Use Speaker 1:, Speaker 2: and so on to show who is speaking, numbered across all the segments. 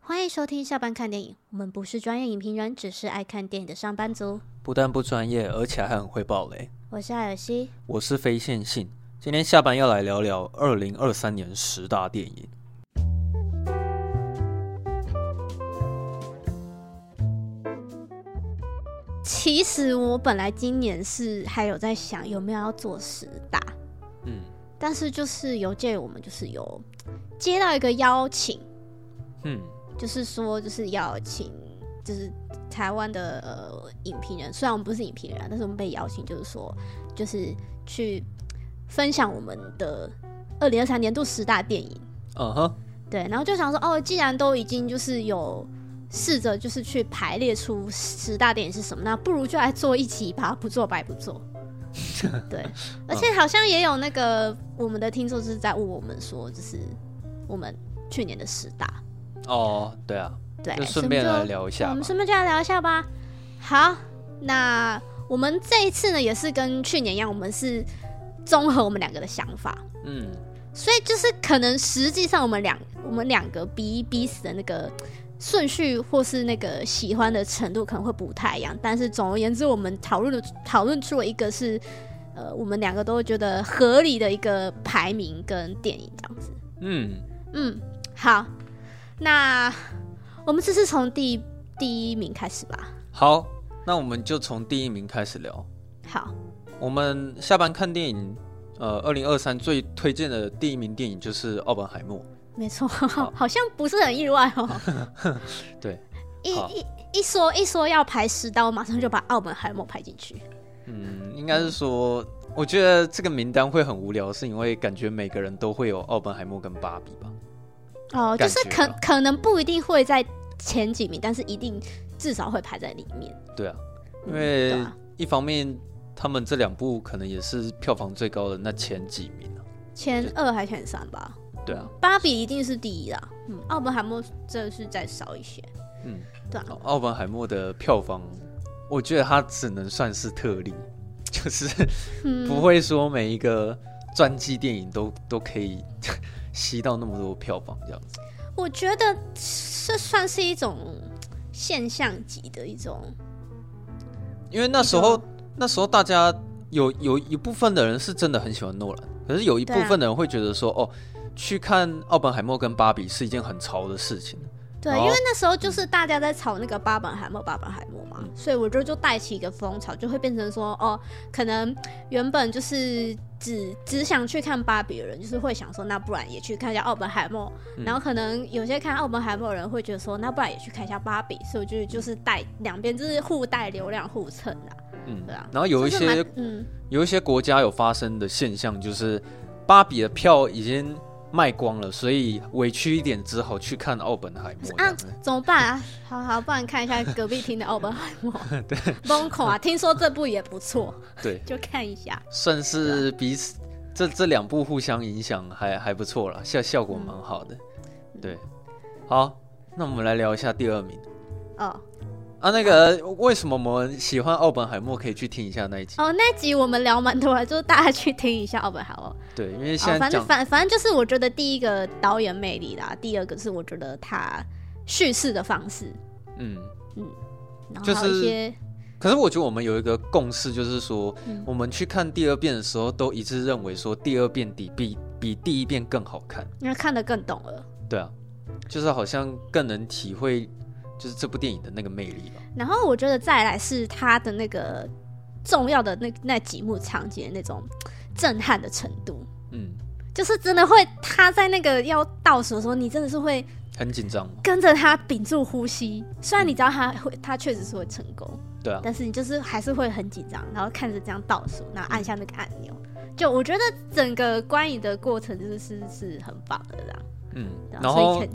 Speaker 1: 欢迎收听下班看电影，我们不是专业影评人，只是爱看电影的上班族。
Speaker 2: 不但不专业，而且还很会爆雷。
Speaker 1: 我是艾尔西，
Speaker 2: 我是非线性，今天下班要来聊聊二零二三年十大电影。
Speaker 1: 其实我本来今年是还有在想有没有要做十大，
Speaker 2: 嗯
Speaker 1: 但是就是邮件我们就是有接到一个邀请，
Speaker 2: 嗯，
Speaker 1: 就是说就是要请就是台湾的呃影评人，虽然我们不是影评人啊，但是我们被邀请，就是说就是去分享我们的二零二三年度十大电影。
Speaker 2: 嗯哼，
Speaker 1: 对，然后就想说，哦，既然都已经就是有试着就是去排列出十大电影是什么，那不如就来做一期吧，不做白不 做。对，
Speaker 2: 嗯
Speaker 1: 而且好像也有那个我们的听众就是在问我们说，就是我们去年的十大，
Speaker 2: 哦，对啊，
Speaker 1: 对，
Speaker 2: 就
Speaker 1: 所以
Speaker 2: 顺
Speaker 1: 我们
Speaker 2: 便
Speaker 1: 就
Speaker 2: 来聊一
Speaker 1: 我
Speaker 2: 下吧
Speaker 1: 们。顺便就来聊一下吧。好，那我们这一次呢，也是跟去年一样，我们是综合我们两个的想法，
Speaker 2: 嗯，
Speaker 1: 所以就是可能实际上我们两我们两个比彼此的那个顺序或是那个喜欢的程度可能会不太一样，但是总而言之，我们讨论的讨论出了一个是呃我们两个都觉得合理的一个排名跟电影这样子。
Speaker 2: 嗯，
Speaker 1: 嗯，好，那我们这次从第第一名开始吧。
Speaker 2: 好，那我们就从第一名开始聊。
Speaker 1: 好，
Speaker 2: 我们下班看电影，呃，二零二三最推荐的第一名电影就是《奥本海默》。
Speaker 1: 没错， 好像不是很意外哦。
Speaker 2: 对，
Speaker 1: 一
Speaker 2: 好
Speaker 1: 一一说一说要排十刀，我马上就把澳门海默排进去。
Speaker 2: 嗯，应该是说，我觉得这个名单会很无聊，是因为感觉每个人都会有《奥本海默》跟《芭比》吧？
Speaker 1: 哦，就
Speaker 2: 感
Speaker 1: 是
Speaker 2: 觉
Speaker 1: 可
Speaker 2: 啦
Speaker 1: 可能不一定会在前几名，但是一定至少会排在里面。
Speaker 2: 对啊，因
Speaker 1: 对
Speaker 2: 为
Speaker 1: 啊
Speaker 2: 一方面他们这两部可能也是票房最高的那前几名啊。
Speaker 1: 前二还前三吧？
Speaker 2: 对啊，
Speaker 1: 芭比一定是第一啦。嗯，奥本海默这是再少一些。
Speaker 2: 嗯，
Speaker 1: 对啊，
Speaker 2: 奥奥本海默的票房，我觉得它只能算是特例， 就是
Speaker 1: 嗯
Speaker 2: 不会说每一个传记电影都都可以 吸到那么多票房这样子。
Speaker 1: 我觉得这算是一种现象级的一种，
Speaker 2: 因为那时候那时候大家有有一部分的人是真的很喜欢诺兰，可是有一部
Speaker 1: 对啊
Speaker 2: 分的人会觉得说，哦，去看奥本海默跟芭比是一件很潮的事情。
Speaker 1: 对，
Speaker 2: 哦
Speaker 1: 因为那时候就是大家在炒那个巴本海默、巴本海默嘛，
Speaker 2: 嗯
Speaker 1: 所以我觉得就带起一个风潮，就会变成说，哦，可能原本就是只只想去看芭比的人，就是会想说，那不然也去看一下奥本海默，
Speaker 2: 嗯
Speaker 1: 然后可能有些看奥本海默的人会觉得说，那不然也去看一下芭比，所以我觉得就是带两边就是互带流量互蹭啊，
Speaker 2: 嗯
Speaker 1: 对啊
Speaker 2: 然后有一
Speaker 1: 就是蛮
Speaker 2: 些
Speaker 1: 嗯，
Speaker 2: 有一些国家有发生的现象，就是芭比的票已经卖光了，所以委屈一点，只好去看奥本海默这样子。
Speaker 1: 怎么办啊？好好，不然看一下隔壁厅的奥本海 默，崩口啊！听说这部也不错，
Speaker 2: 对，
Speaker 1: 就看一下。
Speaker 2: 算是彼此这这两部互相影响还还不错啦，效效果蛮好的。
Speaker 1: 嗯
Speaker 2: 对，好，那我们来聊一下第二名
Speaker 1: 哦
Speaker 2: 啊，那个为什么我们喜欢奥本海默，可以去听一下那一集。
Speaker 1: 哦，那集我们聊蛮多的，就是大家去听一下奥本海默。哦，
Speaker 2: 对，因为现在
Speaker 1: 反
Speaker 2: 讲
Speaker 1: 正反反正就是我觉得第一个导演魅力啦，第二个是我觉得他叙事的方式，
Speaker 2: 嗯。
Speaker 1: 然后
Speaker 2: 就是
Speaker 1: 还有一些、
Speaker 2: 可是我觉得我们有一个共识，就是说，
Speaker 1: 嗯
Speaker 2: 我们去看第二遍的时候，都一致认为说第二遍比比比第一遍更好看。
Speaker 1: 因为看得更懂了。
Speaker 2: 对啊，就是好像更能体会就是这部电影的那个魅力吧。
Speaker 1: 然后我觉得再来是他的那个重要的那那几幕场景的那种震撼的程度。
Speaker 2: 嗯，
Speaker 1: 就是真的会，他在那个要倒数的时候，你真的是会
Speaker 2: 很紧张吗？
Speaker 1: 跟着他屏住呼吸。虽然你知道他会，他确实是会成功，
Speaker 2: 对啊，
Speaker 1: 但是你就是还是会很紧张，然后看着这样倒数，然
Speaker 2: 嗯
Speaker 1: 后按下那个按钮。就我觉得整个观影的过程就是是是很棒的啦。
Speaker 2: 嗯，
Speaker 1: 对啊
Speaker 2: 然
Speaker 1: 所以
Speaker 2: 后
Speaker 1: 肯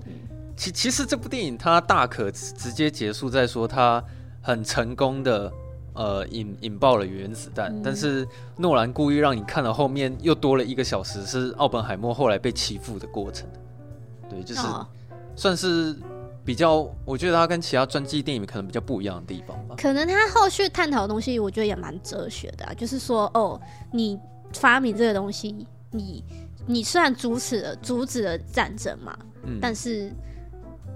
Speaker 2: 其其实这部电影它大可直直接结束在说它很成功的呃引引爆了原子弹，
Speaker 1: 嗯
Speaker 2: 但是诺兰故意让你看了后面又多了一个小时，是奥本海默后来被欺负的过程。对，就是
Speaker 1: 哦
Speaker 2: 算是比较，我觉得它跟其他传记电影可能比较不一样的地方吧。
Speaker 1: 可能他后续探讨的东西，我觉得也蛮哲学的、啊，就是说，哦，你发明这个东西，你你虽然阻止了阻止了战争嘛，
Speaker 2: 嗯，
Speaker 1: 但是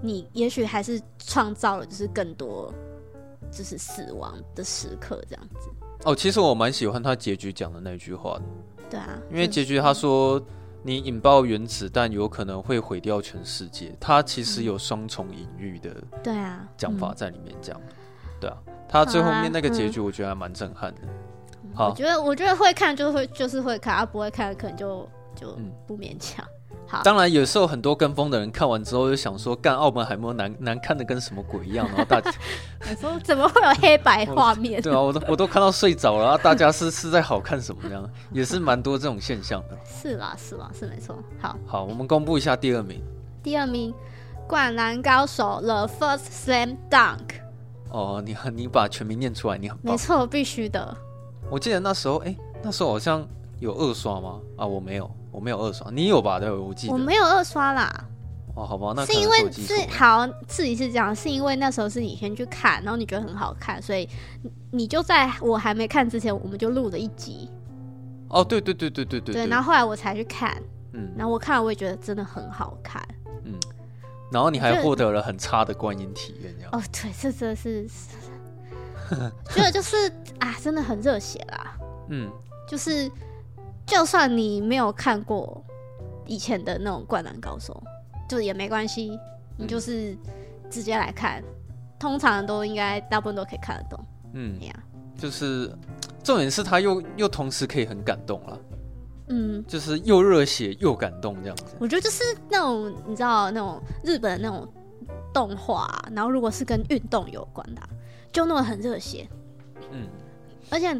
Speaker 1: 你也许还是创造了就是更多就是死亡的时刻这样子，
Speaker 2: 哦，其实我蛮喜欢他结局讲的那句话的，
Speaker 1: 对啊，
Speaker 2: 因为
Speaker 1: 就
Speaker 2: 结局他
Speaker 1: 嗯
Speaker 2: 说你引爆原子弹有可能会毁掉全世界，它其实有双重隐喻的
Speaker 1: 对啊
Speaker 2: 讲法，在里面，这样，对啊，他最后面那个结局我觉得还蛮震撼的。
Speaker 1: 嗯
Speaker 2: 好
Speaker 1: 我觉得我觉得会看就会就是会看，啊不会看可能就就
Speaker 2: 嗯
Speaker 1: 不勉强。好，
Speaker 2: 当然，有时候很多跟风的人看完之后就想说，干奥本海默难难看的跟什么鬼一样，然后大家
Speaker 1: 我说怎么会有黑白画面？
Speaker 2: 对啊，我都我都看到睡着了，啊大家是是在好看什么这样，也是蛮多这种现象的。
Speaker 1: 是啦是啦是没错。好，
Speaker 2: 好，我们公布一下第二名
Speaker 1: 第二名《灌篮高手》The First Slam Dunk，
Speaker 2: 哦，你很你把全名念出来，你很
Speaker 1: 没
Speaker 2: 棒。
Speaker 1: 错，必须的。
Speaker 2: 我记得那时候，哎、那时候好像有二刷吗？啊，我没有，我没有二刷，你有吧？对，我记得
Speaker 1: 我。没有二刷啦，
Speaker 2: 哦，好吧，那可
Speaker 1: 是
Speaker 2: 能
Speaker 1: 因
Speaker 2: 我
Speaker 1: 为
Speaker 2: 记
Speaker 1: 是
Speaker 2: 错了
Speaker 1: 好自己是这样，是因为那时候是你先去看，然后你觉得很好看，所以你你就在我还没看之前，我们就录了一集，
Speaker 2: 哦，对对对对对对
Speaker 1: 然后后来我才去看，
Speaker 2: 嗯
Speaker 1: 然后我看了我也觉得真的很好看。
Speaker 2: 嗯，然后你
Speaker 1: 我
Speaker 2: 还
Speaker 1: 觉得
Speaker 2: 获得了很差的观影体验，这样。
Speaker 1: 哦，对，这真的是，觉得就是啊，真的很热血啦。
Speaker 2: 嗯，
Speaker 1: 就是就算你没有看过以前的那种《灌篮高手》，就也没关系，你就是直接来看，通常都应该大部分都可以看得懂。
Speaker 2: 嗯
Speaker 1: 哎，呀、
Speaker 2: 就是重点是他又又同时可以很感动了，
Speaker 1: 嗯，
Speaker 2: 就是又热血又感动这样子。
Speaker 1: 我觉得就是那种你知道那种日本的那种动画啊、然后如果是跟运动有关的啊、就弄得很热血，
Speaker 2: 嗯
Speaker 1: 而且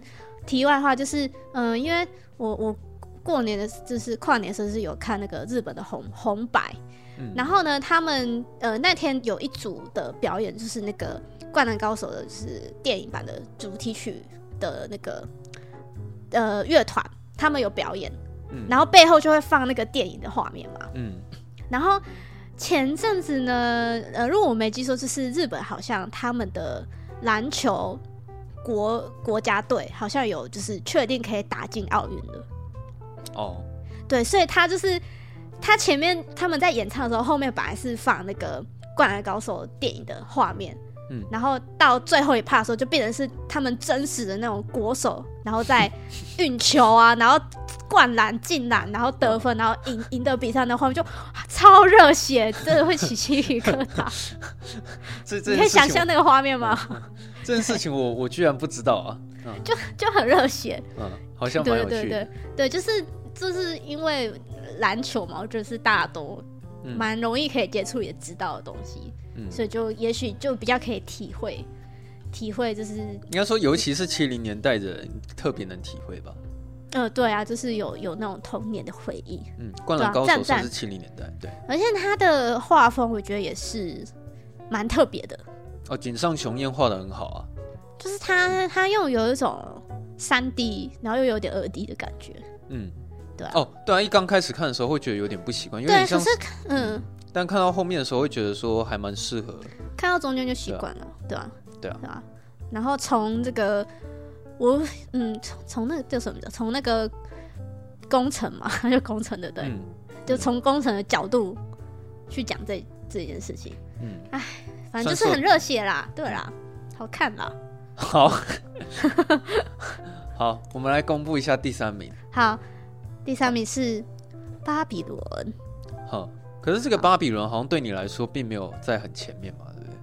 Speaker 1: 题外话就是，嗯、因为我我过年的就是跨年的时候是有看那个日本的红红白，
Speaker 2: 嗯，
Speaker 1: 然后呢，他们呃那天有一组的表演，就是那个《灌篮高手》的，就是电影版的主题曲的那个呃乐团，他们有表演，
Speaker 2: 嗯
Speaker 1: 然后背后就会放那个电影的画面嘛。
Speaker 2: 嗯
Speaker 1: 然后前阵子呢，呃，如果我没记错，就是日本好像他们的篮球国国家队好像有就是确定可以打进奥运了。
Speaker 2: 哦，
Speaker 1: 对，所以他就是他前面他们在演唱的时候，后面本来是放那个《灌篮高手》电影的画面，
Speaker 2: 嗯
Speaker 1: 然后到最后一趴的时候，就变成是他们真实的那种国手，然后在运球啊，然后灌篮进篮，然后得分，然后赢赢得比赛那画面就哇超热血，真的会起鸡皮疙瘩。
Speaker 2: 这这
Speaker 1: 你可
Speaker 2: 件
Speaker 1: 以
Speaker 2: 事情
Speaker 1: 想象那个画面吗？
Speaker 2: 这件事情我我居然不知道啊，嗯
Speaker 1: 就很热血，
Speaker 2: 嗯，好像蛮
Speaker 1: 对
Speaker 2: 有
Speaker 1: 对
Speaker 2: 趣
Speaker 1: 对
Speaker 2: 的，
Speaker 1: 对，就是就是因为篮球嘛，我觉得是大家都
Speaker 2: 嗯
Speaker 1: 蛮容易可以接触也知道的东西，
Speaker 2: 嗯，
Speaker 1: 所以就也许就比较可以体会体会，就是
Speaker 2: 应该说尤其是七零年代的人特别能体会吧，
Speaker 1: 呃，对啊，就是有有那种童年的回忆，
Speaker 2: 嗯，灌篮
Speaker 1: 对
Speaker 2: 高
Speaker 1: 啊
Speaker 2: 手算
Speaker 1: 赞
Speaker 2: 是七零年代，对，
Speaker 1: 而且他的画风我觉得也是蛮特别的，
Speaker 2: 哦，井上雄彦画的很好啊，
Speaker 1: 就是他他又有一种三 D，然后又有点二 D 的感觉，
Speaker 2: 嗯，
Speaker 1: 对啊
Speaker 2: 哦，对啊，一刚开始看的时候会觉得有点不习惯，有
Speaker 1: 对
Speaker 2: 点
Speaker 1: 啊，可
Speaker 2: 像
Speaker 1: 是嗯，
Speaker 2: 但看到后面的时候，会觉得说还蛮适合。
Speaker 1: 看到中间就习惯了，对啊，
Speaker 2: 对啊
Speaker 1: 对啊，然后从这个我嗯从从那个叫什么的，从那个工程嘛， 就工程对不对？
Speaker 2: 嗯
Speaker 1: 就从工程的角度去讲这这件事情，
Speaker 2: 嗯，
Speaker 1: 反正就是很热血啦，对啦，好看啦。
Speaker 2: 好， 好，我们来公布一下第三名。
Speaker 1: 好，第三名是巴比伦，
Speaker 2: 哈，可是这个巴比伦好像对你来说并没有在很前面嘛，对不对？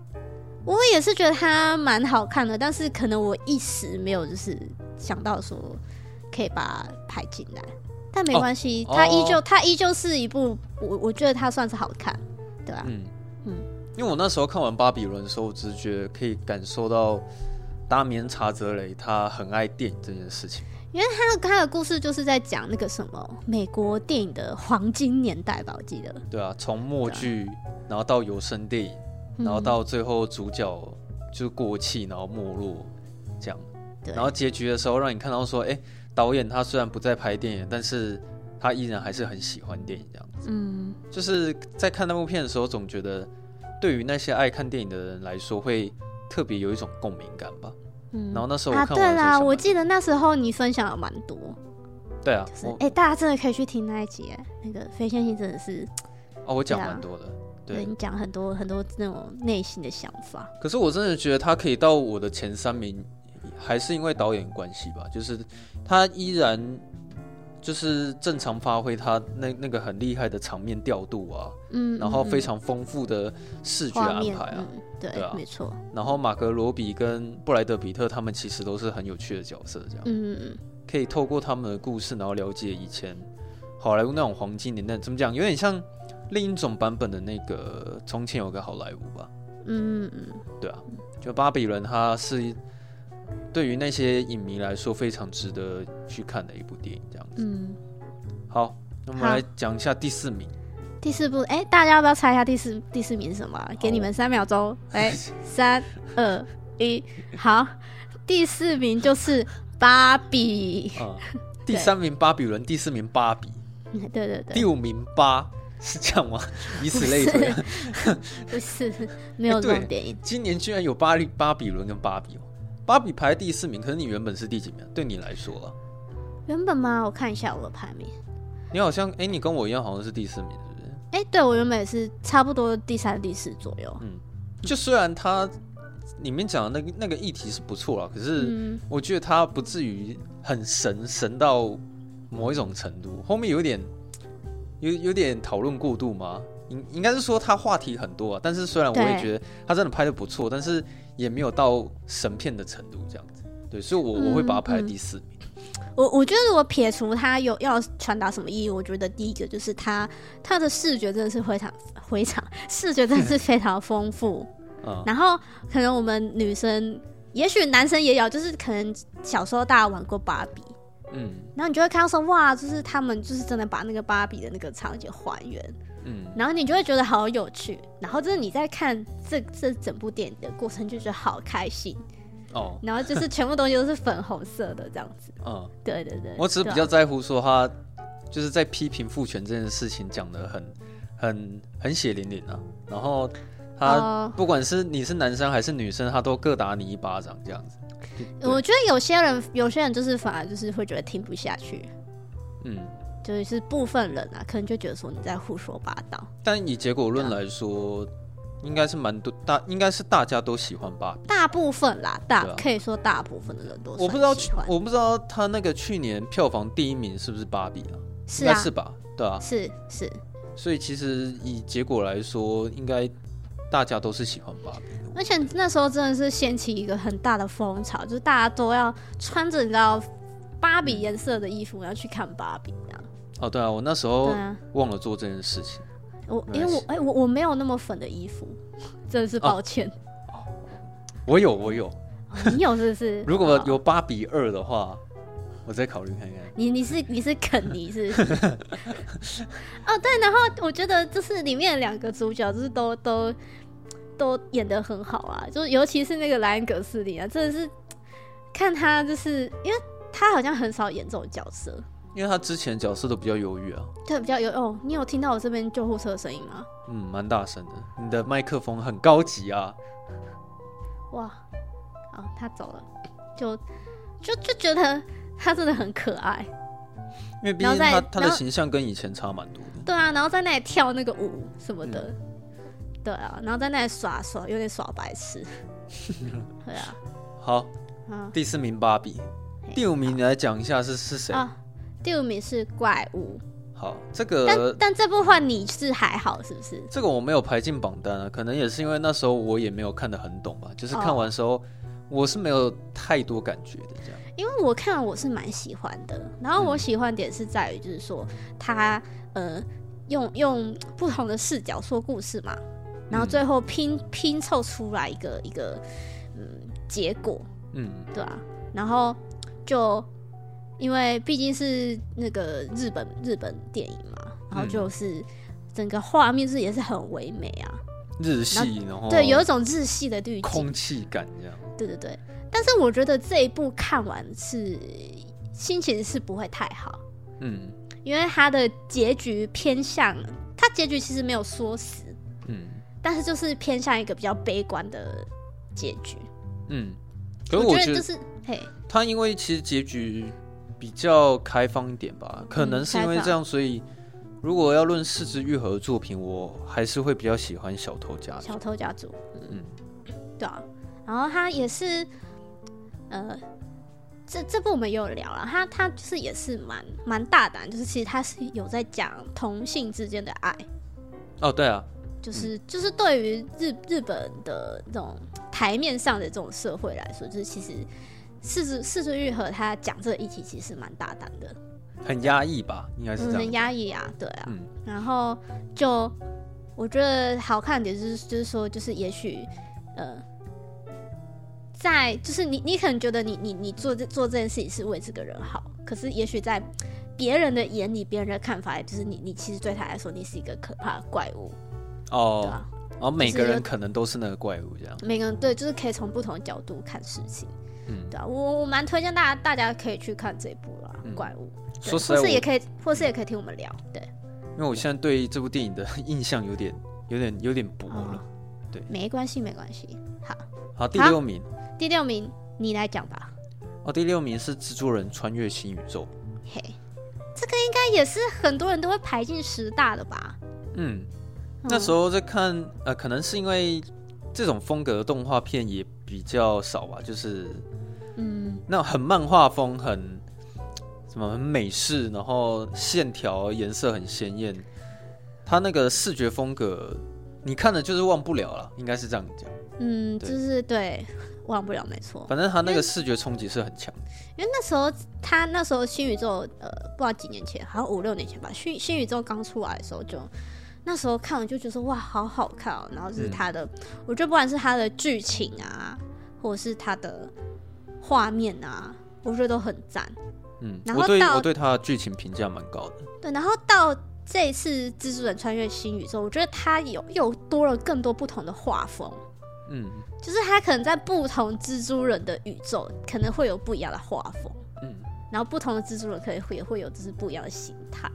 Speaker 1: 我也是觉得它蛮好看的，但是可能我一时没有就是想到说可以把它拍进来，但没关系，
Speaker 2: 哦
Speaker 1: 它依旧
Speaker 2: 哦
Speaker 1: 它依旧是一部我我觉得它算是好看，对吧、
Speaker 2: 嗯，因为我那时候看完《巴比伦》的时候，我只是觉得可以感受到达米恩·查泽雷他很爱电影这件事情。
Speaker 1: 因为他的他的故事就是在讲那个什么美国电影的黄金年代吧，我记得。
Speaker 2: 对啊，从默剧，然后到有声电影，
Speaker 1: 嗯
Speaker 2: 然后到最后主角就是过气，然后没落这样。
Speaker 1: 对
Speaker 2: 然后结局的时候，让你看到说，哎，导演他虽然不再拍电影，但是他依然还是很喜欢电影这样。
Speaker 1: 嗯，
Speaker 2: 就是在看那部片的时候，总觉得对于那些爱看电影的人来说，会特别有一种共鸣感吧。
Speaker 1: 嗯
Speaker 2: 然后那时候
Speaker 1: 啊，
Speaker 2: 我看
Speaker 1: 对
Speaker 2: 完的时候
Speaker 1: 啦，
Speaker 2: 想
Speaker 1: 我
Speaker 2: 说
Speaker 1: 记得那时候你分享了蛮多，
Speaker 2: 对啊，
Speaker 1: 就是哎
Speaker 2: 我、
Speaker 1: 诶大家真的可以去听那一集，诶那个非线性真的是，
Speaker 2: 哦，我讲
Speaker 1: 对啊
Speaker 2: 蛮多的，
Speaker 1: 对
Speaker 2: 对
Speaker 1: 你。讲很多很多那种内心的想法，
Speaker 2: 可是我真的觉得他可以到我的前三名，还是因为导演关系吧，就是他依然就是正常发挥他那那个很厉害的场面调度啊，
Speaker 1: 嗯，
Speaker 2: 然后
Speaker 1: 嗯
Speaker 2: 非
Speaker 1: 嗯
Speaker 2: 常丰富的视觉
Speaker 1: 画
Speaker 2: 安
Speaker 1: 面，
Speaker 2: 排啊，
Speaker 1: 嗯，对，
Speaker 2: 对啊
Speaker 1: 没错，
Speaker 2: 然后马格罗比跟布莱德比特他们其实都是很有趣的角色，这样。
Speaker 1: 嗯嗯
Speaker 2: 可以透过他们的故事，然后了解以前好莱坞那种黄金年代，怎么讲？有点像另一种版本的那个《从前有个好莱坞》吧？
Speaker 1: 嗯嗯嗯，
Speaker 2: 对啊，就巴比伦，它是对于那些影迷来说非常值得去看的一部电影。这样子，
Speaker 1: 嗯，
Speaker 2: 好，那我们
Speaker 1: 好
Speaker 2: 来讲一下第四名。
Speaker 1: 第四部，哎、大家要不要猜一下第四第四名是什么啊？给你们三秒钟， 哎、三二一，好，第四名就是芭比，
Speaker 2: 啊、第三名巴比伦，第四名芭比，
Speaker 1: 嗯对对
Speaker 2: 第
Speaker 1: 对，
Speaker 2: 五名芭，是这样吗？以此类推啊。
Speaker 1: 不是 没有
Speaker 2: 哎
Speaker 1: 这
Speaker 2: 对
Speaker 1: 种电影，
Speaker 2: 今年居然有巴黎巴比伦跟芭比哦，芭比排第四名，可是你原本是第几名啊？对你来说啊？
Speaker 1: 原本吗？我看一下我的排名，
Speaker 2: 你好像，哎、你跟我一样，好像是第四名，是不是？
Speaker 1: 哎、对我原本也是差不多第三第四左右，
Speaker 2: 就虽然它里面讲的那个那个议题是不错啦，啊可是
Speaker 1: 嗯，
Speaker 2: 我觉得它不至于很神神到某一种程度，后面有点有有点讨论过度吗？应应该是说它话题很多啊，但是虽然我也
Speaker 1: 对
Speaker 2: 觉得它真的拍的不错，但是也没有到神片的程度这样子。对，所以我，我会
Speaker 1: 嗯
Speaker 2: 把它排在第四名。
Speaker 1: 我我觉得如果撇除它有要传达什么意义，我觉得第一个就是它它的视觉真的是非常非常视觉真的 是非常丰富。
Speaker 2: 嗯，
Speaker 1: 然后可能我们女生，也许男生也有，就是可能小时候大家玩过芭比，
Speaker 2: 嗯
Speaker 1: 然后你就会看到说哇，就是他们就是真的把那个芭比的那个场景还原，
Speaker 2: 嗯，
Speaker 1: 然后你就会觉得好有趣。然后就是你在看这这整部电影的过程，就觉得好开心。
Speaker 2: 哦，
Speaker 1: 然后就是全部东西都是粉红色的这样子。
Speaker 2: 嗯。
Speaker 1: 对对对，
Speaker 2: 我只是比
Speaker 1: 对
Speaker 2: 较
Speaker 1: 啊
Speaker 2: 在乎说他就是在批评父权这件事情讲的很很很血淋淋啊，然后他
Speaker 1: 哦
Speaker 2: 不管是你是男生还是女生，他都各打你一巴掌这样子。对
Speaker 1: 我觉得有些人，有些人就是反而就是会觉得听不下去，
Speaker 2: 嗯，
Speaker 1: 就是部分人啊，可能就觉得说你在胡说八道。
Speaker 2: 但以结果论来说，应该是蛮多大，应该是大家都喜欢芭比。
Speaker 1: 大部分啦，大、
Speaker 2: 对啊
Speaker 1: 可以说大部分的人都
Speaker 2: 我不知道
Speaker 1: 算喜欢，
Speaker 2: 我不知道他那个去年票房第一名是不是芭比啊？
Speaker 1: 是
Speaker 2: 应该
Speaker 1: 啊，
Speaker 2: 是吧？对啊，
Speaker 1: 是是
Speaker 2: 所以其实以结果来说，应该大家都是喜欢芭比的。
Speaker 1: 而且那时候真的是掀起一个很大的风潮，就是大家都要穿着你知道芭比颜色的衣服，然后去看芭比这样。
Speaker 2: 哦，对啊，我那时
Speaker 1: 对
Speaker 2: 候
Speaker 1: 啊，
Speaker 2: 忘了做这件事情。
Speaker 1: 我
Speaker 2: 没
Speaker 1: 因为
Speaker 2: 关
Speaker 1: 我
Speaker 2: 系
Speaker 1: 哎、我我没有那么粉的衣服，真的是抱歉。
Speaker 2: 我有，我有。
Speaker 1: 哦 你有是不是？
Speaker 2: 如果
Speaker 1: 哦
Speaker 2: 有八比二的话，我再考虑看看。
Speaker 1: 你你是你是肯尼是不是？哦，对，然后我觉得就是里面两个主角就是都都都演得很好啊，就是尤其是那个莱恩·葛斯林啊，真的是看他就是因为他好像很少演这种角色，
Speaker 2: 因为他之前角色都比较忧郁啊，
Speaker 1: 对，比较有哦。你有听到我这边救护车的声音吗？
Speaker 2: 嗯，蛮大声的。你的麦克风很高级啊，
Speaker 1: 哇，好，他走了，就就就觉得他真的很可爱，
Speaker 2: 因为毕
Speaker 1: 然
Speaker 2: 竟
Speaker 1: 后再
Speaker 2: 他他的
Speaker 1: 然后
Speaker 2: 形象跟以前差蛮多的。
Speaker 1: 对啊，然后在那里跳那个舞什么的，对啊，然后在那里耍耍，有点耍白痴， 对啊，
Speaker 2: 好，
Speaker 1: 嗯
Speaker 2: 第四名芭比，
Speaker 1: 嘿
Speaker 2: 第五名你来讲一下是是谁？
Speaker 1: 啊，第五名是怪物，
Speaker 2: 好，这
Speaker 1: 但
Speaker 2: 个
Speaker 1: 但这部分你是还好是不是？
Speaker 2: 这个我没有排进榜单啊，可能也是因为那时候我也没有看得很懂吧，就是
Speaker 1: 哦
Speaker 2: 看完的时候、我是没有太多感觉的这样。
Speaker 1: 因为我看我是蛮喜欢的，然后我喜欢点是在于就是说他呃用用不同的视角说故事嘛，然后最后拼拼凑出来一个一个嗯结果，
Speaker 2: 嗯，
Speaker 1: 对啊，然后就因为毕竟是那个日本日本电影嘛，然后
Speaker 2: 嗯
Speaker 1: 就是整个画面是也是很唯美啊，
Speaker 2: 日系，然后
Speaker 1: 对，有一种日系的滤镜
Speaker 2: 哦空，气感这样。
Speaker 1: 对对对。但是我觉得这一部看完是心情是不会太好，
Speaker 2: 嗯
Speaker 1: 因为它的结局偏向，它结局其实没有说死，
Speaker 2: 嗯
Speaker 1: 但是就是偏向一个比较悲观的结局。
Speaker 2: 嗯，可是我
Speaker 1: 觉得
Speaker 2: 觉
Speaker 1: 就
Speaker 2: 得
Speaker 1: 是嘿，
Speaker 2: 他因为其实结局比较开放一点吧，
Speaker 1: 嗯
Speaker 2: 可能是因为这样，所以如果要论四肢愈合的作品，我还是会比较喜欢《小偷家族
Speaker 1: 小》。偷家族，
Speaker 2: 嗯，
Speaker 1: 对啊。然后他也是，呃，这这部我们也有聊了，他他就是也是蛮蛮大胆，就是其实他是有在讲同性之间的爱，
Speaker 2: 哦，对啊，
Speaker 1: 就是就是对于日日本的这种台面上的这种社会来说，就是其实四十四十愈合他讲这个议题其实蛮大胆的，
Speaker 2: 很压抑吧，应该
Speaker 1: 嗯，
Speaker 2: 是这
Speaker 1: 很
Speaker 2: 样。
Speaker 1: 压抑啊，对啊，
Speaker 2: 嗯
Speaker 1: 然后就我觉得好看的点就是就是说就是也许呃。在就是你，你可能觉得你你你做这做这件事情是为这个人好，可是也许在别人的眼里，别人的看法就是你，你其实对他来说，你是一个可怕的怪物，对
Speaker 2: 哦
Speaker 1: 啊，
Speaker 2: 然后每个人可能都是那个怪物这样。
Speaker 1: 每个人对，就是可以从不同的角度看事情，
Speaker 2: 嗯，
Speaker 1: 对啊，我我蛮推荐大家，大家可以去看这一部啦，
Speaker 2: 嗯
Speaker 1: 怪物》对，啊
Speaker 2: 说实在
Speaker 1: 或
Speaker 2: 我，
Speaker 1: 是也可以，或是也可以听我们聊，对，
Speaker 2: 因为我现在对这部电影的 印象有点、有点、有点薄
Speaker 1: 哦
Speaker 2: 了。对
Speaker 1: 没关系，没关系。好，
Speaker 2: 好，第
Speaker 1: 好
Speaker 2: 六名
Speaker 1: 第六名你来讲吧，
Speaker 2: 哦，第六名是制作人穿越新宇宙。
Speaker 1: 嘿，这个应该也是很多人都会排进十大的吧？
Speaker 2: 嗯，那时
Speaker 1: 候，
Speaker 2: 候在看，呃，可能是因为这种风格的动画片也比较少吧，就是
Speaker 1: 嗯，
Speaker 2: 那种很漫画风，很什么很美式，然后线条颜色很鲜艳，它那个视觉风格，你看了就是忘不了了，应该是这样讲。
Speaker 1: 嗯，
Speaker 2: 对
Speaker 1: 就是对，忘不了，没错。
Speaker 2: 反正它那个视觉冲击是很强的。
Speaker 1: 因为那时候他那时候新宇宙呃不知道几年前，好像五六年前吧，新新宇宙刚出来的时候就。那时候看我就觉得说哇，好好看哦！然后就是
Speaker 2: 嗯
Speaker 1: 它的，我觉得不管是它的剧情啊，或者是它的画面啊，我觉得都很赞。
Speaker 2: 嗯，
Speaker 1: 然后
Speaker 2: 我对
Speaker 1: 到
Speaker 2: 我对它的剧情评价蛮高的。
Speaker 1: 对，然后到这一次《蜘蛛人穿越新宇宙》，我觉得它有又多了更多不同的画风，
Speaker 2: 嗯
Speaker 1: 就是它可能在不同蜘蛛人的宇宙可能会有不一样的画风。
Speaker 2: 嗯，
Speaker 1: 然后不同的蜘蛛人可以会也会有就是不一样的形态，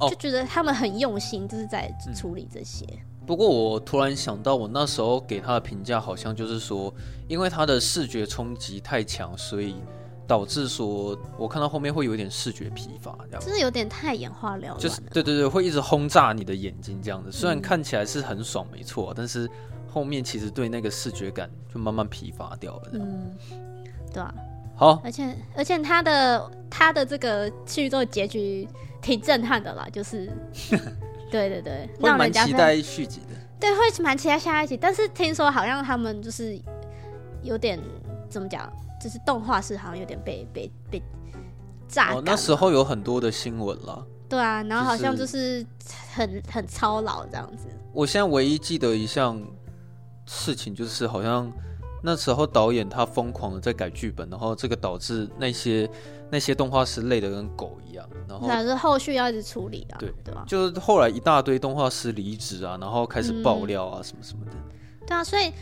Speaker 2: 哦
Speaker 1: 就觉得他们很用心，就是在
Speaker 2: 嗯
Speaker 1: 处理这些。
Speaker 2: 不过我突然想到，我那时候给他的评价好像就是说，因为他的视觉冲击太强，所以导致说我看到后面会有点视觉疲乏，这样
Speaker 1: 真的有点太眼花缭乱了。
Speaker 2: 就是对对对，会一直轰炸你的眼睛这样子。虽然
Speaker 1: 嗯
Speaker 2: 看起来是很爽，没错，但是后面其实对那个视觉感就慢慢疲乏掉了这样。
Speaker 1: 嗯，对啊，
Speaker 2: 好，
Speaker 1: 而且而且他的他的这个去做结局挺震撼的啦，就是 对对对，
Speaker 2: 会
Speaker 1: 让
Speaker 2: 蛮
Speaker 1: 人家
Speaker 2: 期
Speaker 1: 非常
Speaker 2: 待续集的。
Speaker 1: 对，会蛮期待下一集。但是听说好像他们就是有点怎么讲，就是动画是好像有点被被被榨干了、
Speaker 2: 哦，那时候有很多的新闻啦。
Speaker 1: 对啊，然后好像
Speaker 2: 就
Speaker 1: 就是很很操劳这样子。
Speaker 2: 我现在唯一记得一项事情，就是好像那时候导演他疯狂的在改剧本，然后这个导致那些那些动画师累得跟狗一样，然后
Speaker 1: 反正后续要一直处理啊，
Speaker 2: 对
Speaker 1: 对吧、
Speaker 2: 就是后来一大堆动画师离职啊，然后开始爆料啊什么什么的。
Speaker 1: 对啊，所以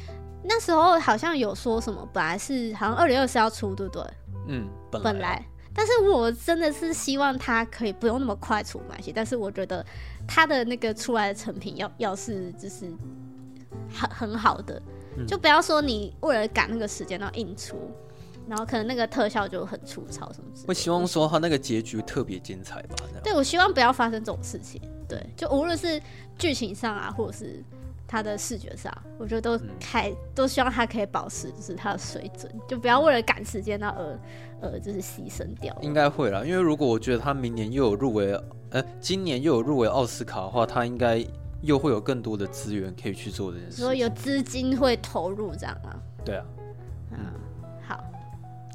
Speaker 1: 那时候好像有说什么，本来是好像二零二四要出，对不对？
Speaker 2: 嗯，本来
Speaker 1: 本来，但是我真的是希望他可以不用那么快出买些，但是我觉得他的那个出来的成品要要是就是很很好的，
Speaker 2: 嗯
Speaker 1: 就不要说你为了赶那个时间然后硬出，然后可能那个特效就很粗糙什么之类的。
Speaker 2: 我希望说他那个结局特别精彩吧，这样。
Speaker 1: 对，我希望不要发生这种事情。对，就无论是剧情上啊，或者是它的视觉上，我觉得都开、都希望它可以保持就是它的水准，就不要为了赶时间然后而而就是牺牲掉了。
Speaker 2: 应该会啦，因为如果我觉得他明年又有入围，呃，今年又有入围奥斯卡的话，他应该又会有更多的资源可以去做这件事
Speaker 1: 所以有
Speaker 2: 情。
Speaker 1: 资金会投入这样啊。
Speaker 2: 对啊，
Speaker 1: 嗯，好，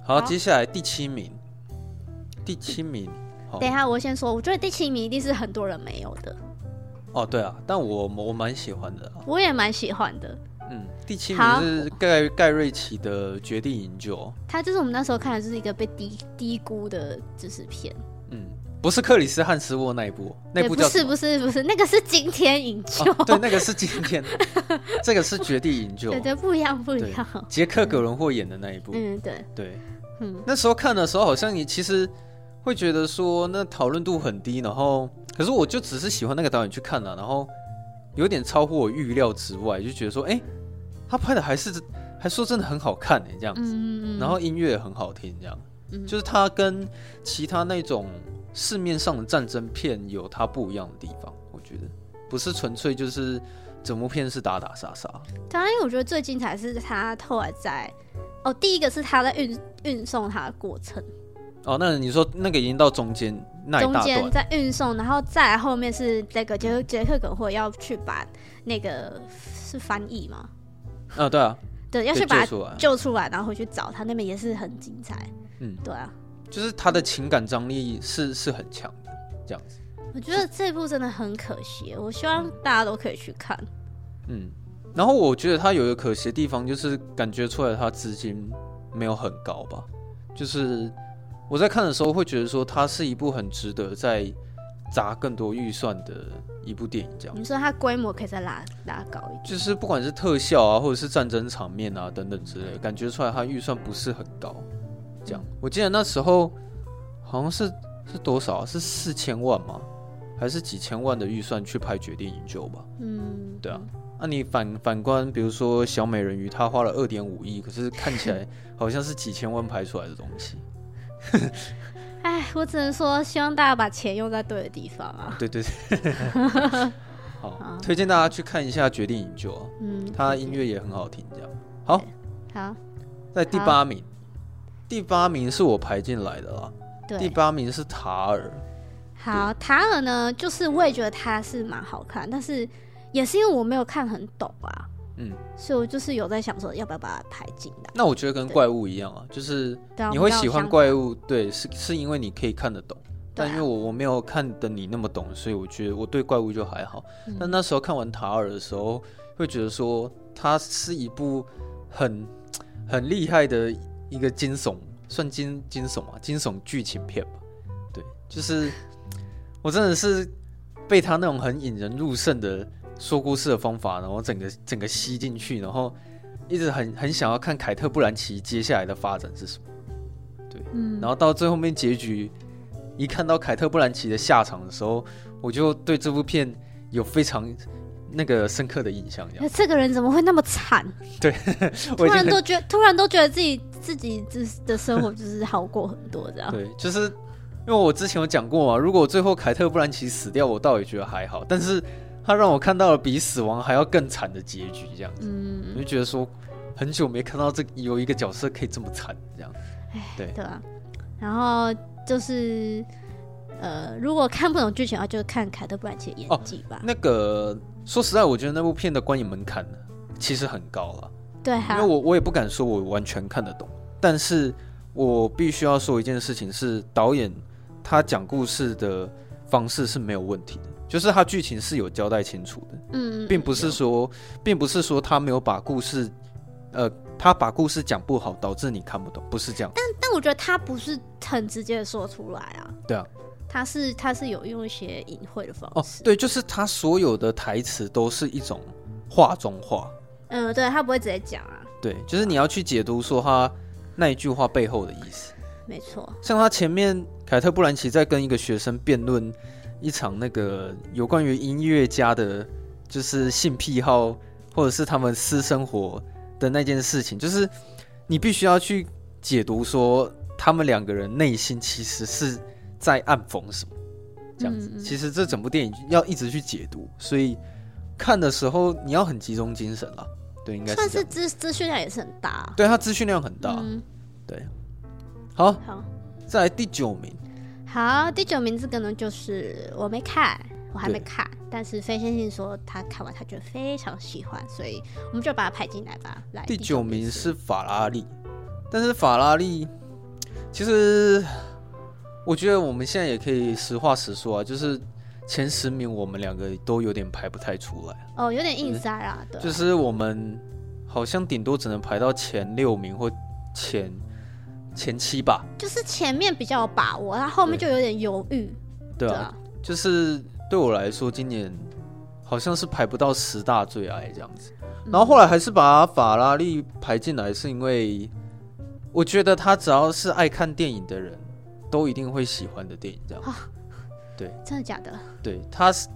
Speaker 2: 好，
Speaker 1: 好
Speaker 2: 接下来第七名，第七名，
Speaker 1: 嗯
Speaker 2: 好
Speaker 1: 等一下我先说，我觉得第七名一定是很多人没有的，
Speaker 2: 哦，对啊，但我我蛮喜欢的啊、
Speaker 1: 我也蛮喜欢的。
Speaker 2: 嗯，第七
Speaker 1: 好
Speaker 2: 名是盖盖瑞奇的《绝地营救》。
Speaker 1: 它就是我们那时候看的，就是一个被低低估的知识片。
Speaker 2: 嗯，不是克里斯汉斯沃那一部，那
Speaker 1: 对
Speaker 2: 部
Speaker 1: 不
Speaker 2: 叫
Speaker 1: 是
Speaker 2: 什么？
Speaker 1: 不是不是，那个是今天营救，
Speaker 2: 哦对，那个是今天， 这个是《绝地营救
Speaker 1: 对》，对，不一样不
Speaker 2: 对
Speaker 1: 一样。
Speaker 2: 杰克·葛伦霍演的那一部。
Speaker 1: 嗯，对，
Speaker 2: 对，
Speaker 1: 嗯，
Speaker 2: 那时候看的时候，好像你其实会觉得说那讨论度很低，然后可是我就只是喜欢那个导演去看了、然后有点超乎我预料之外，就觉得说，哎、他拍的还是还说真的很好看哎、这样子，
Speaker 1: 嗯，
Speaker 2: 然后音乐也很好听，这样，
Speaker 1: 嗯
Speaker 2: 就是他跟其他那种市面上的战争片有它不一样的地方，我觉得不是纯粹就是整部片是打打杀杀，
Speaker 1: 当然，因为我觉得最精彩是他后来在哦，第一个是他在运运送他的过程，
Speaker 2: 哦，那你说那个已经到中间那一
Speaker 1: 中
Speaker 2: 大
Speaker 1: 间
Speaker 2: 段，
Speaker 1: 在运送，然后再来后面是那个杰克杰克梗会要去把那个是翻译吗？
Speaker 2: 啊，对啊，
Speaker 1: 对，要
Speaker 2: 对
Speaker 1: 去把
Speaker 2: 救出来
Speaker 1: 他救出来，然后回去找他，那边也是很精彩。
Speaker 2: 嗯
Speaker 1: 对啊，
Speaker 2: 就是他的情感张力是是很强的，这样子。
Speaker 1: 我觉得这部真的很可惜，我希望大家都可以去看。
Speaker 2: 嗯，然后我觉得他有一个可惜的地方，就是感觉出来他资金没有很高吧。就是我在看的时候会觉得说，它是一部很值得再砸更多预算的一部电影，这样。
Speaker 1: 你说它规模可以再拉拉高一点，
Speaker 2: 就是不管是特效啊，或者是战争场面啊等等之类的，感觉出来它预算不是很高。这样，我记得那时候好像是是多少、啊？是四千万吗？还是几千万的预算去拍《决定营救》吧？
Speaker 1: 嗯，
Speaker 2: 对啊，那、你反反观，比如说小美人鱼，她花了二点五亿，可是看起来好像是几千万拍出来的东西。
Speaker 1: 哎，我只能说希望大家把钱用在对的地方啊。
Speaker 2: 对对对。 好，推荐大家去看一下《决定营救》啊，
Speaker 1: 嗯，
Speaker 2: 它音乐也很好听。这样，好，
Speaker 1: 好，
Speaker 2: 在第
Speaker 1: 好
Speaker 2: 八名，第八名是我排进来的啦。第
Speaker 1: 对，
Speaker 2: 八名是塔尔，
Speaker 1: 好，塔尔呢，就是我也觉得它是蛮好看，但是也是因为我没有看很懂啊，
Speaker 2: 嗯，
Speaker 1: 所以我就是有在想说要不要把它排进来。
Speaker 2: 那我觉得跟
Speaker 1: 对
Speaker 2: 怪物一样啊，就是
Speaker 1: 对啊，
Speaker 2: 你
Speaker 1: 我
Speaker 2: 会
Speaker 1: 们要
Speaker 2: 喜欢
Speaker 1: 相
Speaker 2: 怪物，对，是是因为你可以看得懂。
Speaker 1: 对
Speaker 2: 但因为
Speaker 1: 啊，
Speaker 2: 我我没有看的你那么懂，所以我觉得我对怪物就还好。
Speaker 1: 嗯
Speaker 2: 但那时候看完塔尔的时候，会觉得说它是一部很很厉害的一个惊悚，算惊惊悚啊，惊悚剧情片吧。对，就是我真的是被他那种很引人入胜的说故事的方法，然后整个整个吸进去，然后一直很很想要看凯特·布兰奇接下来的发展是什么。
Speaker 1: 嗯
Speaker 2: 然后到最后面结局，一看到凯特·布兰奇的下场的时候，我就对这部片有非常那个深刻的印象。这样
Speaker 1: 那这个人怎么会那么惨？突
Speaker 2: 我已经
Speaker 1: 然
Speaker 2: 很
Speaker 1: 都觉突然都觉得自己自己自的生活就是好过很多这样。
Speaker 2: 对，就是因为我之前有讲过嘛，如果最后凯特·布兰奇死掉，我倒也觉得还好，但是他让我看到了比死亡还要更惨的结局，这样子，我
Speaker 1: 嗯，
Speaker 2: 就觉得说很久没看到这有一个角色可以这么惨，这样。对
Speaker 1: 对啊。然后就是呃，如果看不懂剧情的话，就看凯特·布兰奇的
Speaker 2: 哦
Speaker 1: 演技吧。
Speaker 2: 那个说实在，我觉得那部片的观影门槛呢，其实很高了。
Speaker 1: 对
Speaker 2: 因
Speaker 1: 啊
Speaker 2: 为，我我也不敢说我完全看得懂，但是我必须要说一件事情是，导演他讲故事的方式是没有问题的，就是他剧情是有交代清楚的，
Speaker 1: 嗯，
Speaker 2: 并不是说，并不是说他没有把故事，呃，他把故事讲不好导致你看不懂，不是这样。
Speaker 1: 但我觉得他不是很直接的说出来啊。
Speaker 2: 对啊，
Speaker 1: 他是他是有用一些隐晦的方
Speaker 2: 哦
Speaker 1: 式。，
Speaker 2: 对，就是他所有的台词都是一种话中话，
Speaker 1: 嗯，对他不会直接讲啊，
Speaker 2: 对，就是你要去解读说他那一句话背后的意思。
Speaker 1: 没错。
Speaker 2: 像他前面凯特·布兰奇在跟一个学生辩论一场那个有关于音乐家的，就是性癖好或者是他们私生活的那件事情，就是你必须要去解读说他们两个人内心其实是在暗讽什么，这样子。
Speaker 1: 嗯嗯
Speaker 2: 其实这整部电影要一直去解读，所以看的时候你要很集中精神啦。对，应该
Speaker 1: 算
Speaker 2: 是这
Speaker 1: 是
Speaker 2: 样。
Speaker 1: 资资讯量也是很大啊。
Speaker 2: 对他资讯量很大。
Speaker 1: 嗯，
Speaker 2: 好，
Speaker 1: 好，
Speaker 2: 再来第九名。
Speaker 1: 好，第九名这个呢，就是我没看，我还没
Speaker 2: 对
Speaker 1: 看，但是非线性说他看完他觉得非常喜欢，所以我们就把它排进来吧。来，
Speaker 2: 第九名
Speaker 1: 是
Speaker 2: 是法拉利，但是法拉利其实我觉得我们现在也可以实话实说啊，就是前十名我们两个都有点排不太出来，
Speaker 1: 哦，有点硬塞啦，对啊，
Speaker 2: 嗯就是我们好像顶多只能排到前六名或前前七吧，
Speaker 1: 就是前面比较有把握，他后面就有点犹豫，
Speaker 2: 对啊，
Speaker 1: 啊，
Speaker 2: 就是对我来说，今年好像是排不到十大最爱这样子。
Speaker 1: 嗯
Speaker 2: 然后后来还是把法拉利排进来，是因为我觉得他只要是爱看电影的人，都一定会喜欢的电影。
Speaker 1: 啊
Speaker 2: 这样，
Speaker 1: 真的假的？
Speaker 2: 对，他是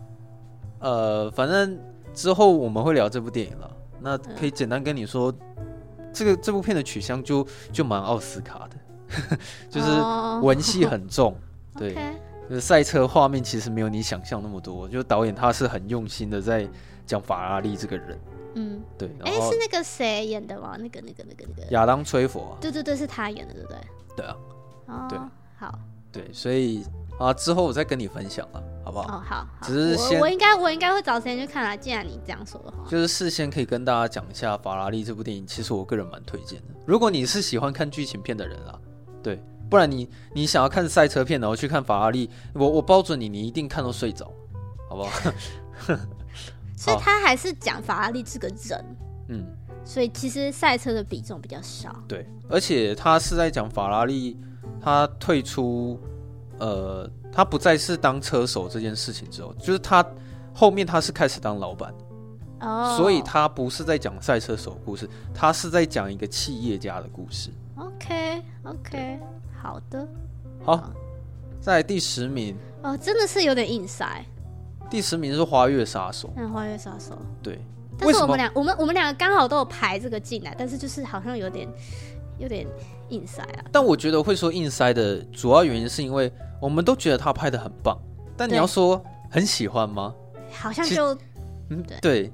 Speaker 2: 呃，反正之后我们会聊这部电影了。那可以简单跟你说，这个这部片的取向就就蛮奥斯卡的， 就是
Speaker 1: 哦
Speaker 2: 文戏很重，对
Speaker 1: OK
Speaker 2: 就是赛车画面其实没有你想象那么多。就导演他是很用心的在讲法拉利这个人，
Speaker 1: 嗯，
Speaker 2: 对，
Speaker 1: 哎，
Speaker 2: 然后
Speaker 1: 是那个谁演的吗？那个、那个、那个、那个，
Speaker 2: 亚当·崔佛啊、
Speaker 1: 对对对，是他演的，对不对？
Speaker 2: 对啊，
Speaker 1: 哦，
Speaker 2: 对
Speaker 1: 好，
Speaker 2: 对，所以啊，之后我再跟你分享了，好不好？
Speaker 1: 哦，好，好
Speaker 2: 只是先
Speaker 1: 我我应该我应该会找时间去看啦。既然你这样说的话，
Speaker 2: 就是事先可以跟大家讲一下《法拉利》这部电影，其实我个人蛮推荐的。如果你是喜欢看剧情片的人啊，对，不然你你想要看赛车片，然后去看法拉利，我我包准你，你一定看到睡着，好不好？
Speaker 1: 所以
Speaker 2: 好
Speaker 1: 他还是讲法拉利这个人，
Speaker 2: 嗯，
Speaker 1: 所以其实赛车的比重比较少。
Speaker 2: 对，而且他是在讲法拉利，他退出，呃，他不再是当车手这件事情之后，就是他后面他是开始当老板。
Speaker 1: 哦，
Speaker 2: 所以他不是在讲赛车手故事，他是在讲一个企业家的故事。
Speaker 1: OK OK，好的，
Speaker 2: 好，再来第十名，
Speaker 1: 哦，真的是有点硬塞，
Speaker 2: 第十名是《花月杀手》。
Speaker 1: 那花月杀手。
Speaker 2: 对，
Speaker 1: 但
Speaker 2: 为
Speaker 1: 是
Speaker 2: 什
Speaker 1: 我
Speaker 2: 么
Speaker 1: 们俩，我们我们两个刚好都有排这个进来，但是就是好像有点有点硬塞啊。
Speaker 2: 但我觉得会说硬塞的主要原因是因为我们都觉得他拍的很棒，但你
Speaker 1: 对
Speaker 2: 要说很喜欢吗？
Speaker 1: 好像
Speaker 2: 其实
Speaker 1: 就
Speaker 2: 嗯，
Speaker 1: 对
Speaker 2: 对，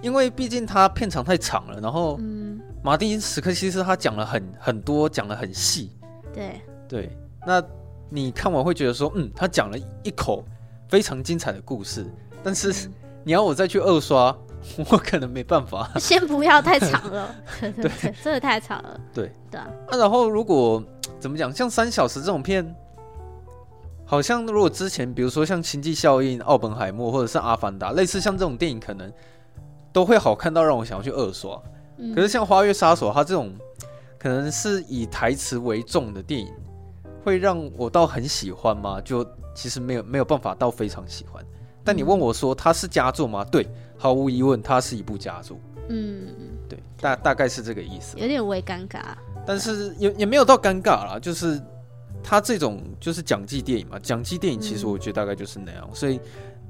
Speaker 2: 因为毕竟他片长太长了，然后
Speaker 1: 嗯，
Speaker 2: 马丁·史科西斯他讲了很很多，讲的很细。
Speaker 1: 对，
Speaker 2: 对，那你看完会觉得说，嗯，他讲了一口非常精彩的故事，但是。你要我再去二刷，我可能没办法。
Speaker 1: 先不要太长了，对对对，真的太长了。
Speaker 2: 对
Speaker 1: 对啊，
Speaker 2: 那、然后如果怎么讲，像三小时这种片，好像如果之前比如说像《星际效应》《奥本海默》或者是《阿凡达》，类似像这种电影，可能都会好看到让我想要去二刷。
Speaker 1: 嗯
Speaker 2: 可是像《花月杀手》它这种，可能是以台词为重的电影，会让我到很喜欢吗？就其实没有没有办法到非常喜欢。但你问我说它是佳作吗？对，毫无疑问，它是一部佳作。
Speaker 1: 嗯，
Speaker 2: 对，大大概是这个意思。
Speaker 1: 有点微尴尬。啊
Speaker 2: 但是也也没有到尴尬啦，就是他这种就是讲季电影嘛，讲季电影其实
Speaker 1: 嗯
Speaker 2: 我觉得大概就是那样。所以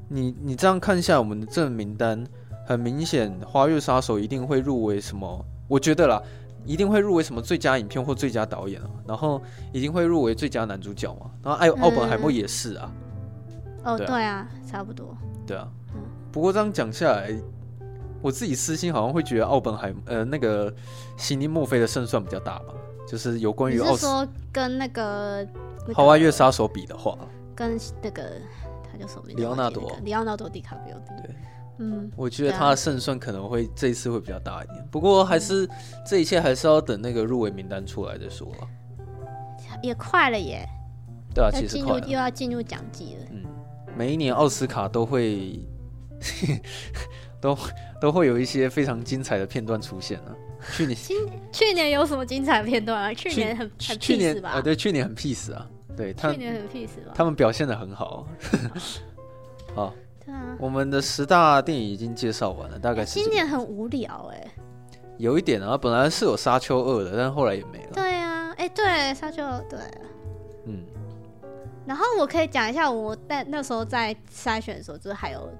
Speaker 2: 你你这样看一下我们的这名单，很明显《花月杀手》一定会入围什么，我觉得啦，一定会入围什么最佳影片或最佳导演啊，然后一定会入围最佳男主角嘛，然
Speaker 1: 嗯
Speaker 2: 后艾奥本海默也是啊，
Speaker 1: 哦，
Speaker 2: 对啊
Speaker 1: 对啊，差不多。
Speaker 2: 对啊
Speaker 1: 嗯。
Speaker 2: 不过这样讲下来。我自己私心好像会觉得奥本海呃那个悉尼墨菲的胜算比较大吧，就是有关
Speaker 1: 你
Speaker 2: 于
Speaker 1: 是
Speaker 2: 奥斯
Speaker 1: 说跟那个那个
Speaker 2: 《花花月杀手》比的话，
Speaker 1: 跟那个他叫什么名字？
Speaker 2: 里奥纳多
Speaker 1: 我忘记那个里奥纳多·迪卡比奥。
Speaker 2: 对，
Speaker 1: 嗯，
Speaker 2: 我觉得
Speaker 1: 对啊
Speaker 2: 他的胜算可能会这一次会比较大一点。不过还
Speaker 1: 嗯
Speaker 2: 是这一切还是要等那个入围名单出来再说啊。
Speaker 1: 也快了耶，
Speaker 2: 对啊，
Speaker 1: 要
Speaker 2: 其实
Speaker 1: 进
Speaker 2: 快
Speaker 1: 入
Speaker 2: 了
Speaker 1: 又。要进入奖季了。
Speaker 2: 嗯，每一年奥斯卡都会 都都会有一些非常精彩的片段出现啊。去年
Speaker 1: 去年有什么精彩片段啊？去
Speaker 2: 去
Speaker 1: 年很很
Speaker 2: 去年
Speaker 1: peace 吧？
Speaker 2: 啊，对，去年很 peace 啊，对他
Speaker 1: 去年啊很 peace 吧？
Speaker 2: 他们表现的很好。 好，
Speaker 1: 对啊，
Speaker 2: 我们的十大电影已经介绍完了，大概是这
Speaker 1: 今
Speaker 2: 个啊
Speaker 1: 年很无聊哎、
Speaker 2: 有一点啊，本来是有《沙丘二》的，但后来也没了。
Speaker 1: 对啊，哎、对，沙丘对。
Speaker 2: 嗯，
Speaker 1: 然后我可以讲一下，我在那时候在筛选的时候，就是还有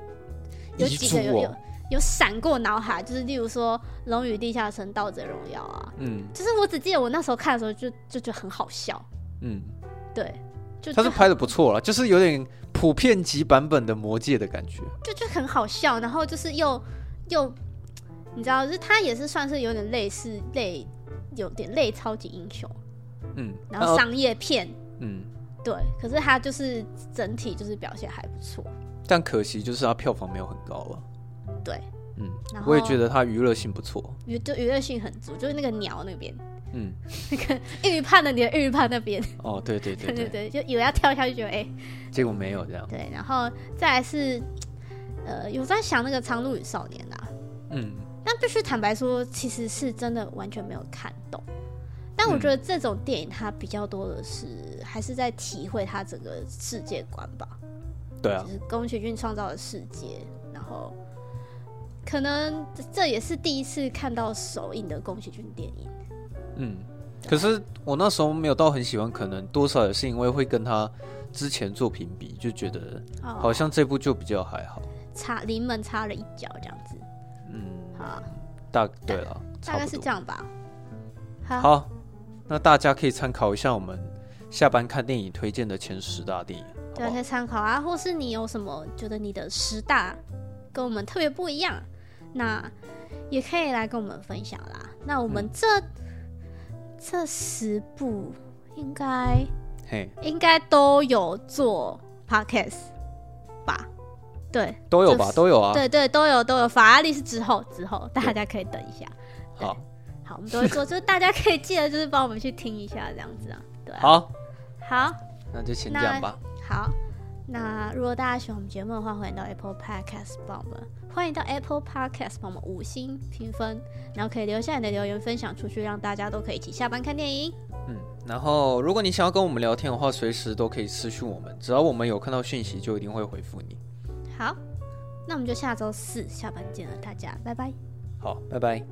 Speaker 1: 有
Speaker 2: 遗
Speaker 1: 几个
Speaker 2: 珠
Speaker 1: 有
Speaker 2: 哦
Speaker 1: 有有闪过脑海，就是例如说《龙与地下城》《盗贼荣耀》啊，
Speaker 2: 嗯
Speaker 1: 就是我只记得我那时候看的时候就就觉得很好笑，
Speaker 2: 嗯，
Speaker 1: 对，就
Speaker 2: 他是
Speaker 1: 就很
Speaker 2: 拍的不错了，就是有点普遍级版本的《魔戒》的感觉。
Speaker 1: 就就很好笑，然后就是又又你知道，就是他也是算是有点类似类有点类超级英雄，
Speaker 2: 嗯，
Speaker 1: 然后商业片，
Speaker 2: 嗯，
Speaker 1: 对，可是他就是整体就是表现还不错，
Speaker 2: 但可惜就是它票房没有很高了。
Speaker 1: 对，
Speaker 2: 嗯
Speaker 1: 然，后
Speaker 2: 我也觉得它娱乐性不错。
Speaker 1: 娱就娱乐性很足，就是那个鸟那边，
Speaker 2: 嗯，
Speaker 1: 那个玉判的你的玉判那边，
Speaker 2: 哦，对对
Speaker 1: 对
Speaker 2: 对
Speaker 1: 对
Speaker 2: 对，
Speaker 1: 对，就以为要跳下去，就哎、
Speaker 2: 结果没有这样，
Speaker 1: 对，然后再来是，呃，有在想那个《苍鹭与少年》啊啦，
Speaker 2: 嗯，
Speaker 1: 但必须坦白说，其实是真的完全没有看懂。但
Speaker 2: 嗯
Speaker 1: 我觉得这种电影它比较多的是、还是在体会它整个世界观吧，
Speaker 2: 对啊
Speaker 1: 就，是宫崎骏创造的世界，然后可能这也是第一次看到首映的宫崎骏电影。
Speaker 2: 嗯，可是我那时候没有到很喜欢，可能多少也是因为会跟他之前作品比，就觉得
Speaker 1: 哦
Speaker 2: 好像这部就比较还好，
Speaker 1: 插临门插了一脚这样子，
Speaker 2: 嗯，
Speaker 1: 好，
Speaker 2: 大对了，
Speaker 1: 大概是这
Speaker 2: 样。
Speaker 1: 样吧。好，
Speaker 2: 好，那大家可以参考一下我们下班看电影推荐的前十大电影，好
Speaker 1: 对，
Speaker 2: 不
Speaker 1: 可
Speaker 2: 好？
Speaker 1: 以参考啊，或是你有什么觉得你的十大跟我们特别不一样，那也可以来跟我们分享啦。那我们这、这十部应该
Speaker 2: 嘿，
Speaker 1: 应该都有做 podcast 吧？对，
Speaker 2: 都有
Speaker 1: 这
Speaker 2: 吧，
Speaker 1: 是
Speaker 2: 都有啊。
Speaker 1: 对对，都有都有。法拉利是之后之后，大家可以等一下。对
Speaker 2: 好，
Speaker 1: 好，我们都会 做，就是大家可以记得，就是帮我们去听一下这样子啊。对啊，
Speaker 2: 好，
Speaker 1: 好，
Speaker 2: 那就先这
Speaker 1: 那
Speaker 2: 样吧。
Speaker 1: 好，那如果大家喜欢我们节目的话，欢迎到 Apple Podcast 帮我们，欢迎到 Apple Podcast 帮我们五星评分，然后可以留下你的留言，分享出去，让大家都可以一起下班看电影。
Speaker 2: 嗯，然后如果你想要跟我们聊天的话，随时都可以私讯我们，只要我们有看到讯息，就一定会回复你。
Speaker 1: 好，那我们就下周四下班见了，大家拜拜。
Speaker 2: 好，拜拜。